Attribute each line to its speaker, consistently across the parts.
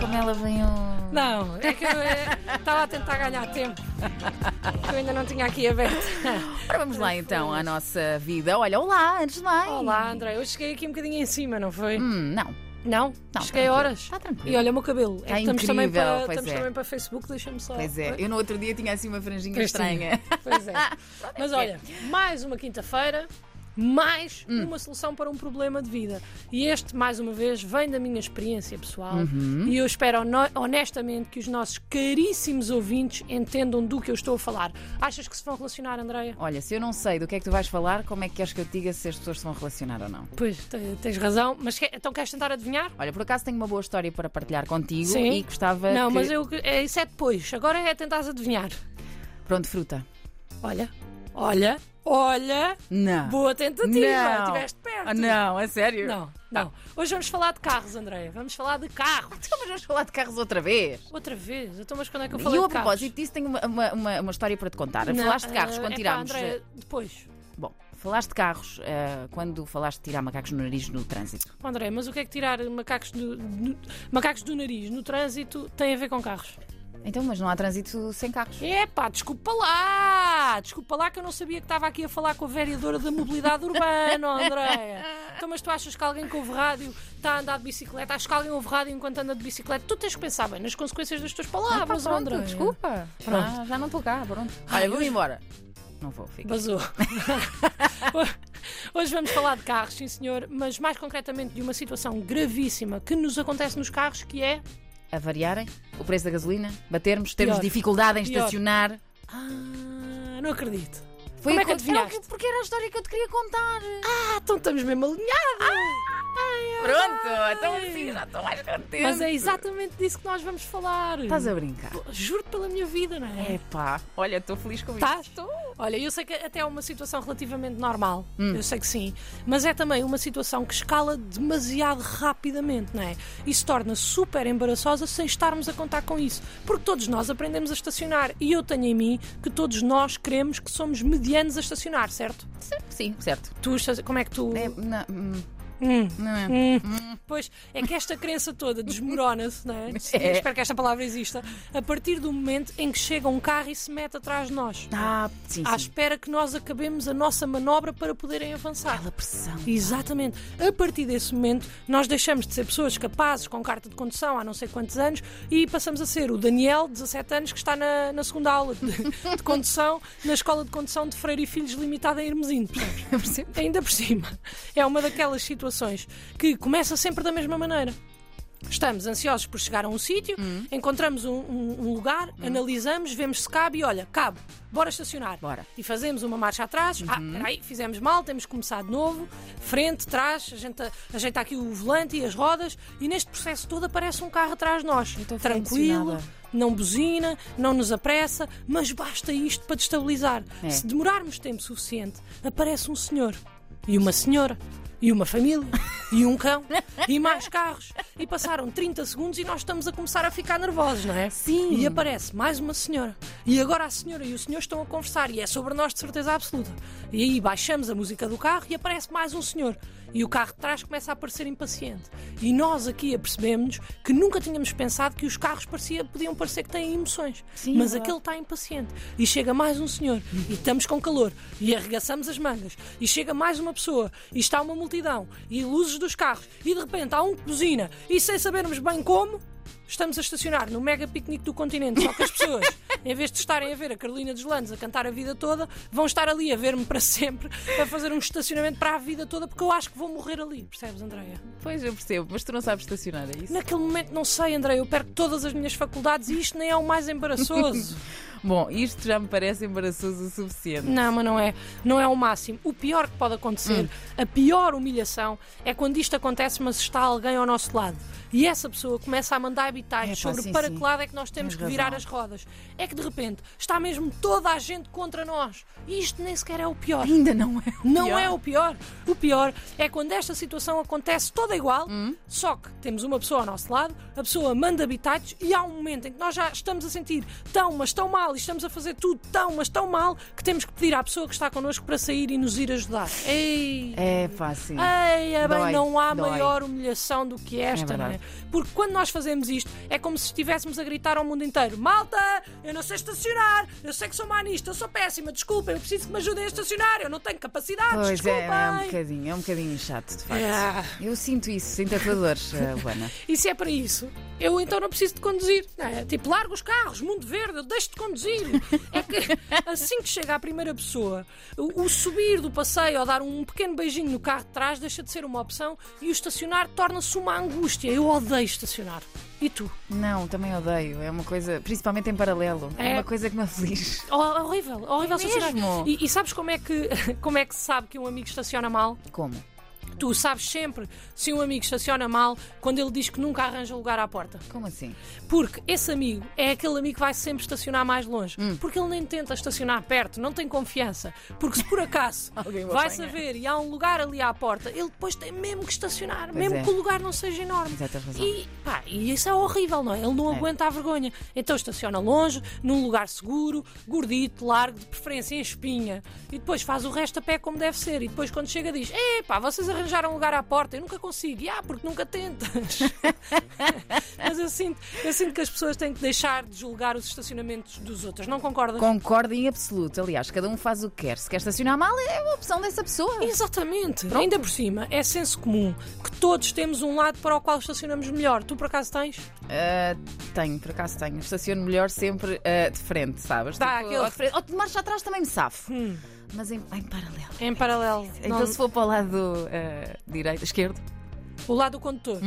Speaker 1: janela vem um.
Speaker 2: Não, é que eu eh, estava a tentar ganhar tempo. Eu ainda não tinha aqui aberto.
Speaker 1: Ora, vamos lá então à nossa vida. Olha, olá, antes de mais.
Speaker 2: Olá, André. Eu cheguei aqui um bocadinho em cima, não foi?
Speaker 1: Hum, não,
Speaker 2: Não?
Speaker 1: Não,
Speaker 2: cheguei
Speaker 1: tranquilo.
Speaker 2: horas.
Speaker 1: Tá tranquilo.
Speaker 2: E olha o meu cabelo.
Speaker 1: Tá
Speaker 2: é que estamos também
Speaker 1: incrível,
Speaker 2: para,
Speaker 1: pois
Speaker 2: estamos
Speaker 1: é.
Speaker 2: também para Facebook, deixa-me só.
Speaker 1: pois é. Eu no outro dia tinha assim uma franjinha
Speaker 2: Pois
Speaker 1: estranha.
Speaker 2: sim, Pois é. Mas olha, mais uma quinta-feira, mais
Speaker 1: Hum.
Speaker 2: uma solução para um problema de vida. E este, mais uma vez, vem da minha experiência pessoal.
Speaker 1: Uhum.
Speaker 2: E eu espero hono- honestamente que os nossos caríssimos ouvintes entendam do que eu estou a falar. Achas que se vão relacionar, Andreia?
Speaker 1: Olha, se eu não sei do que é que tu vais falar, como é que queres que eu te diga se as pessoas se vão relacionar ou não?
Speaker 2: Pois, te- tens razão. Mas que- então queres tentar adivinhar?
Speaker 1: Olha, por acaso tenho uma boa história para partilhar contigo
Speaker 2: Sim.
Speaker 1: e gostava.
Speaker 2: Não,
Speaker 1: que-
Speaker 2: mas eu, é, isso é depois. Agora é tentar adivinhar.
Speaker 1: Pronto, fruta.
Speaker 2: Olha, olha, olha.
Speaker 1: Não.
Speaker 2: Boa tentativa.
Speaker 1: Ah. não.
Speaker 2: Estiveste perto.
Speaker 1: Ah, Não, é sério?
Speaker 2: Não, não. Hoje vamos falar de carros, Andréia. Vamos falar de carros.
Speaker 1: Então, mas vamos falar de carros outra vez.
Speaker 2: Outra vez. Então, mas quando é que eu
Speaker 1: E
Speaker 2: falei
Speaker 1: eu, a
Speaker 2: de carros?
Speaker 1: propósito disso, tenho uma, uma, uma- uma história para te contar.
Speaker 2: Não,
Speaker 1: falaste de carros
Speaker 2: eh,
Speaker 1: quando
Speaker 2: epá,
Speaker 1: tirámos.
Speaker 2: Andréia, depois.
Speaker 1: Bom, falaste de carros eh, quando falaste de tirar macacos no nariz no trânsito.
Speaker 2: Oh, André, mas o que é que tirar macacos do, do- macacos do nariz no trânsito tem a ver com carros?
Speaker 1: Então, mas não há trânsito sem carros.
Speaker 2: Epá, desculpa lá! Desculpa lá que eu não sabia que estava aqui a falar com a vereadora da mobilidade urbana, oh, Andréia. Então, mas tu achas que alguém que ouve rádio está a andar de bicicleta? Achas que alguém ouve rádio enquanto anda de bicicleta? Tu tens que pensar bem nas consequências das tuas
Speaker 1: Ah,
Speaker 2: palavras, oh, Andréia.
Speaker 1: desculpa.
Speaker 2: Pronto.
Speaker 1: Ah, já não estou cá, pronto.
Speaker 2: Ai,
Speaker 1: Olha, vou
Speaker 2: hoje-
Speaker 1: embora. Não vou, fica.
Speaker 2: Basou. Hoje vamos falar de carros, sim senhor, mas mais concretamente de uma situação gravíssima que nos acontece nos carros, que é.
Speaker 1: A variarem o preço da gasolina, batermos, termos
Speaker 2: Pior.
Speaker 1: dificuldade em
Speaker 2: Pior.
Speaker 1: estacionar.
Speaker 2: Ah, não acredito.
Speaker 1: Foi
Speaker 2: Como
Speaker 1: o
Speaker 2: é que
Speaker 1: eu- era o
Speaker 2: adivinhaste?
Speaker 1: Porque era a história que eu te queria contar.
Speaker 2: Ah, então estamos mesmo alinhados!
Speaker 1: Pronto, então assim já estou mais contente.
Speaker 2: Mas é exatamente disso que nós vamos falar.
Speaker 1: Estás a brincar?
Speaker 2: Juro pela minha vida, não é?
Speaker 1: Epá, olha, estou feliz com
Speaker 2: Tá? Olha, eu sei que até é uma situação relativamente normal, eu sei que sim, mas é também uma situação que escala demasiado rapidamente, não é? E se torna super embaraçosa sem estarmos a contar com isso, porque todos nós aprendemos a estacionar e eu tenho em mim que todos nós queremos que somos medianos a estacionar, certo?
Speaker 1: isso. Sim, certo.
Speaker 2: Tu, esta- como é que tu.
Speaker 1: É, não, hum,
Speaker 2: Hum.
Speaker 1: não é.
Speaker 2: Pois é que esta crença toda desmorona-se, não é?
Speaker 1: É.
Speaker 2: Espero que esta palavra exista, a partir do momento em que chega um carro e se mete atrás de nós.
Speaker 1: Ah, sim,
Speaker 2: à
Speaker 1: sim.
Speaker 2: espera que nós acabemos a nossa manobra para poderem avançar.
Speaker 1: Aquela pressão.
Speaker 2: Exatamente. A partir desse momento, nós deixamos de ser pessoas capazes com carta de condução há não sei quantos anos e passamos a ser o Daniel, 17 anos, que está na, na segunda aula de, de condução na Escola de Condução de Freire e Filhos Limitada em Hermesino. percebes?
Speaker 1: Percebo.
Speaker 2: Ainda por cima, é uma daquelas situações que começa sempre da mesma maneira. Estamos ansiosos por chegar a um sítio,
Speaker 1: Hum.
Speaker 2: encontramos um, um- um lugar, analisamos, vemos se cabe e olha, cabe, bora estacionar.
Speaker 1: Bora. Uhum.
Speaker 2: E fazemos uma marcha atrás. Ah, peraí, fizemos mal, temos que começar de novo. Frente, trás, a gente ajeita aqui o volante e as rodas. E neste processo todo aparece um carro atrás de nós.
Speaker 1: Eu estou
Speaker 2: Tranquilo,
Speaker 1: fascinada.
Speaker 2: não buzina, não nos apressa, mas basta isto para destabilizar.
Speaker 1: É.
Speaker 2: Se demorarmos tempo suficiente, aparece um senhor e uma senhora. E uma família, e um cão, e mais carros. E passaram 30 segundos e nós estamos a começar a ficar nervosos, não é?
Speaker 1: Sim.
Speaker 2: E aparece mais uma senhora. E agora a senhora e o senhor estão a conversar e é sobre nós de certeza absoluta. E aí baixamos a música do carro e aparece mais um senhor. E o carro de trás começa a parecer impaciente. E nós aqui apercebemos que nunca tínhamos pensado que os carros parecia, podiam parecer que têm emoções.
Speaker 1: Sim, é
Speaker 2: Mas
Speaker 1: claro.
Speaker 2: aquele ele está impaciente. E chega mais um senhor, e estamos com calor, e arregaçamos as mangas. E chega mais uma pessoa, e está uma multidão, e luzes dos carros, e de repente há um que buzina, e sem sabermos bem como. Estamos a estacionar no mega piquenique do continente, só que as pessoas, em vez de estarem a ver a Carolina dos Landes a cantar a vida toda, vão estar ali a ver-me para sempre, a fazer um estacionamento para a vida toda, porque eu acho que vou morrer ali, percebes, Andréia?
Speaker 1: Pois eu percebo, mas tu não sabes estacionar, é isso?
Speaker 2: Naquele momento, não sei, Andréia, eu perco todas as minhas faculdades e isto nem é o mais embaraçoso.
Speaker 1: Bom, isto já me parece embaraçoso o suficiente.
Speaker 2: Não, mas não é. Não é o máximo. O pior que pode acontecer,
Speaker 1: Hum.
Speaker 2: a pior humilhação, é quando isto acontece, mas está alguém ao nosso lado. E essa pessoa começa a mandar habitais
Speaker 1: Epá,
Speaker 2: sobre
Speaker 1: sim,
Speaker 2: para
Speaker 1: sim.
Speaker 2: que lado é que nós temos
Speaker 1: Tens
Speaker 2: que virar
Speaker 1: razão.
Speaker 2: as rodas. É que de repente está mesmo toda a gente contra nós. E isto nem sequer é o pior.
Speaker 1: Ainda não é.
Speaker 2: Não
Speaker 1: pior.
Speaker 2: é o pior. O pior é quando esta situação acontece toda igual,
Speaker 1: Hum?
Speaker 2: só que temos uma pessoa ao nosso lado, a pessoa manda habitats e há um momento em que nós já estamos a sentir tão, mas tão mal mal e estamos a fazer tudo tão, mas tão mal que temos que pedir à pessoa que está connosco para sair e nos ir ajudar. Ei!
Speaker 1: É fácil.
Speaker 2: Ei, é bem,
Speaker 1: Dói,
Speaker 2: não há
Speaker 1: dói.
Speaker 2: maior humilhação do que esta,
Speaker 1: É
Speaker 2: não é?
Speaker 1: verdade.
Speaker 2: Porque quando nós fazemos isto, é como se estivéssemos a gritar ao mundo inteiro: Malta, eu não sei estacionar, eu sei que sou manista, eu sou péssima, desculpem, eu preciso que me ajudem a estacionar, eu não tenho capacidade,
Speaker 1: Pois é,
Speaker 2: desculpem.
Speaker 1: é um bocadinho, é um bocadinho chato, de facto.
Speaker 2: Ah.
Speaker 1: Eu sinto isso, sinto a tua dor, eh, Luana.
Speaker 2: E se é para isso, eu então não preciso de conduzir. Não é? Tipo, largo os carros, mundo verde, eu deixo de conduzir. É que assim que chega a primeira pessoa, o, o subir do passeio ou dar um pequeno beijinho no carro de trás deixa de ser uma opção e o estacionar torna-se uma angústia. Eu odeio estacionar. E tu?
Speaker 1: Não, também odeio. É uma coisa, principalmente em paralelo, é,
Speaker 2: É.
Speaker 1: uma coisa que me aflige.
Speaker 2: Oh, é horrível, é horrível
Speaker 1: É
Speaker 2: estacionar.
Speaker 1: mesmo?
Speaker 2: E, e sabes como é, que, como é que se sabe que um amigo estaciona mal?
Speaker 1: Como?
Speaker 2: Tu sabes sempre se um amigo estaciona mal quando ele diz que nunca arranja lugar à porta.
Speaker 1: Como assim?
Speaker 2: Porque esse amigo é aquele amigo que vai sempre estacionar mais longe.
Speaker 1: Hum.
Speaker 2: Porque ele nem tenta estacionar perto, não tem confiança. Porque se por acaso
Speaker 1: Alguém o
Speaker 2: vai
Speaker 1: apanha.
Speaker 2: saber e há um lugar ali à porta, ele depois tem mesmo que estacionar,
Speaker 1: Pois
Speaker 2: mesmo
Speaker 1: é.
Speaker 2: que o lugar não seja enorme.
Speaker 1: Mas é, tens razão.
Speaker 2: E, pá, e isso é horrível, não é? Ele não
Speaker 1: É.
Speaker 2: aguenta a vergonha. Então estaciona longe, num lugar seguro, gordito, largo, de preferência em espinha. E depois faz o resto a pé como deve ser. E depois quando chega diz: É pá, vocês arranjaram um lugar à porta, eu nunca consigo. E ah, porque nunca tentas. Mas eu sinto, eu sinto que as pessoas têm que deixar de julgar os estacionamentos dos outros. Não concordas?
Speaker 1: Concordo em absoluto. Aliás, cada um faz o que quer. Se quer estacionar mal, é uma opção dessa pessoa.
Speaker 2: Exatamente. Ainda por cima, é senso comum que todos temos um lado para o qual estacionamos melhor. Tu por acaso tens?
Speaker 1: Ah, tenho, por acaso tenho. Estaciono melhor sempre ah, de frente, sabes?
Speaker 2: Dá aquele-
Speaker 1: ou de frente. Ou de marcha atrás também me safo. Mas em, Hum. em paralelo.
Speaker 2: Em paralelo.
Speaker 1: Então,
Speaker 2: Não-
Speaker 1: se for para o lado ah, direito, esquerdo,
Speaker 2: O lado do condutor.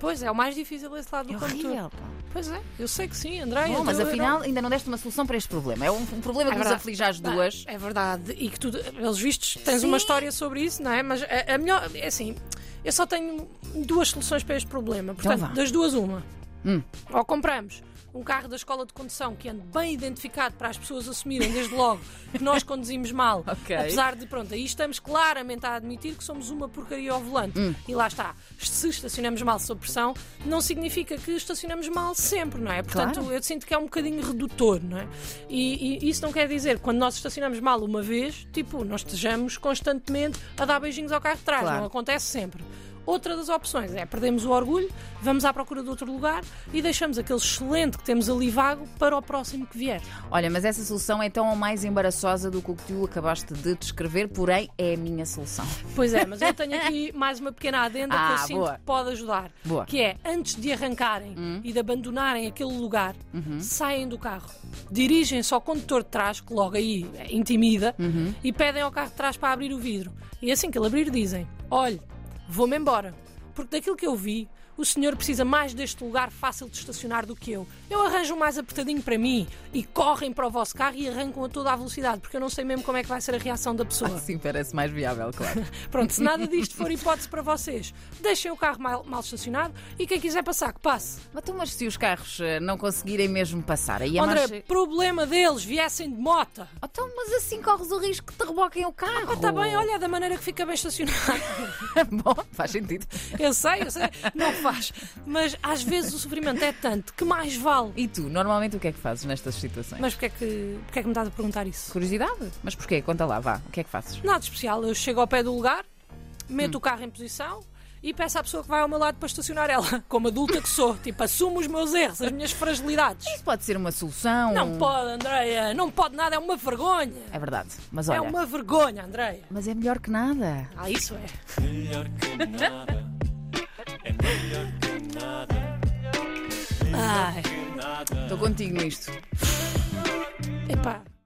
Speaker 2: Pois é, o mais difícil é esse lado do
Speaker 1: Hum. é
Speaker 2: condutor.
Speaker 1: horrível. pá.
Speaker 2: Pois é, eu sei que sim, André.
Speaker 1: Bom, mas afinal, ainda não deste uma solução para este problema. É um, um problema que nos
Speaker 2: verdade.
Speaker 1: aflige às duas.
Speaker 2: É verdade. E que tu, pelos vistos, tens uma história sobre isso, não é? Mas a, a melhor. É assim, eu só tenho duas soluções para este problema. Portanto,
Speaker 1: Então vá.
Speaker 2: das duas, uma.
Speaker 1: Hum.
Speaker 2: Ou compramos um carro da escola de condução que ande bem identificado para as pessoas assumirem desde logo que nós conduzimos mal.
Speaker 1: Ok.
Speaker 2: Apesar de, pronto, aí estamos claramente a admitir que somos uma porcaria ao volante.
Speaker 1: Hum.
Speaker 2: E lá está. Se estacionamos mal sob pressão, não significa que estacionamos mal sempre, não é? Portanto,
Speaker 1: Claro.
Speaker 2: eu sinto que é um bocadinho redutor, não é? E, e isso não quer dizer que quando nós estacionamos mal uma vez, tipo, não estejamos constantemente a dar beijinhos ao carro de trás.
Speaker 1: Claro.
Speaker 2: Não acontece sempre. Outra das opções é perdemos o orgulho, vamos à procura de outro lugar e deixamos aquele excelente que temos ali vago para o próximo que vier.
Speaker 1: Olha, mas essa solução é tão ou mais embaraçosa do que o que tu acabaste de descrever, porém é a minha solução.
Speaker 2: Pois é, mas eu tenho aqui mais uma pequena adenda que
Speaker 1: Ah,
Speaker 2: eu sinto
Speaker 1: boa.
Speaker 2: que pode ajudar.
Speaker 1: Boa. Hum.
Speaker 2: Que é, antes de arrancarem e de abandonarem aquele lugar,
Speaker 1: Uhum.
Speaker 2: saem do carro, dirigem-se ao condutor de trás, que logo aí é, intimida,
Speaker 1: Uhum.
Speaker 2: e pedem ao carro de trás para abrir o vidro. E assim que ele abrir, dizem: Olhe, vou-me embora, porque daquilo que eu vi. O senhor precisa mais deste lugar fácil de estacionar do que eu. Eu arranjo um mais apertadinho para mim e correm para o vosso carro e arrancam a toda a velocidade, porque eu não sei mesmo como é que vai ser a reação da pessoa.
Speaker 1: Sim, parece mais viável, claro.
Speaker 2: Pronto, se nada disto for hipótese para vocês, deixem o carro mal, mal estacionado e quem quiser passar, que passe.
Speaker 1: mas, tu, mas se os carros eh, não conseguirem mesmo passar, aí a
Speaker 2: André,
Speaker 1: marcha.
Speaker 2: problema deles, viessem de moto.
Speaker 1: Oh, Então, mas assim corres o risco que te reboquem o carro.
Speaker 2: Está bem, olha, é da maneira que fica bem estacionado.
Speaker 1: Bom, faz sentido.
Speaker 2: Eu sei, eu sei, não faz. Mas às vezes o sofrimento é tanto que mais vale.
Speaker 1: E tu, normalmente o que é que fazes nestas situações?
Speaker 2: Mas porquê é que, porquê é que me estás a perguntar isso?
Speaker 1: Curiosidade? Mas porquê? Conta lá, vá. O que é que fazes?
Speaker 2: Nada de especial, eu chego ao pé do lugar, meto o carro em posição. E peço à pessoa que vai ao meu lado para estacionar ela, como adulta que sou. Tipo, assumo os meus erros, as minhas fragilidades.
Speaker 1: Isso pode ser uma solução.
Speaker 2: Não pode, Andreia, não pode nada, é uma vergonha.
Speaker 1: É verdade. Mas olha.
Speaker 2: É uma vergonha, Andreia.
Speaker 1: Mas é melhor que nada.
Speaker 2: Ah, isso é.
Speaker 3: Melhor que nada. É melhor que nada.
Speaker 2: Ai,
Speaker 3: Nada.
Speaker 1: Estou contigo nisto.
Speaker 2: epá.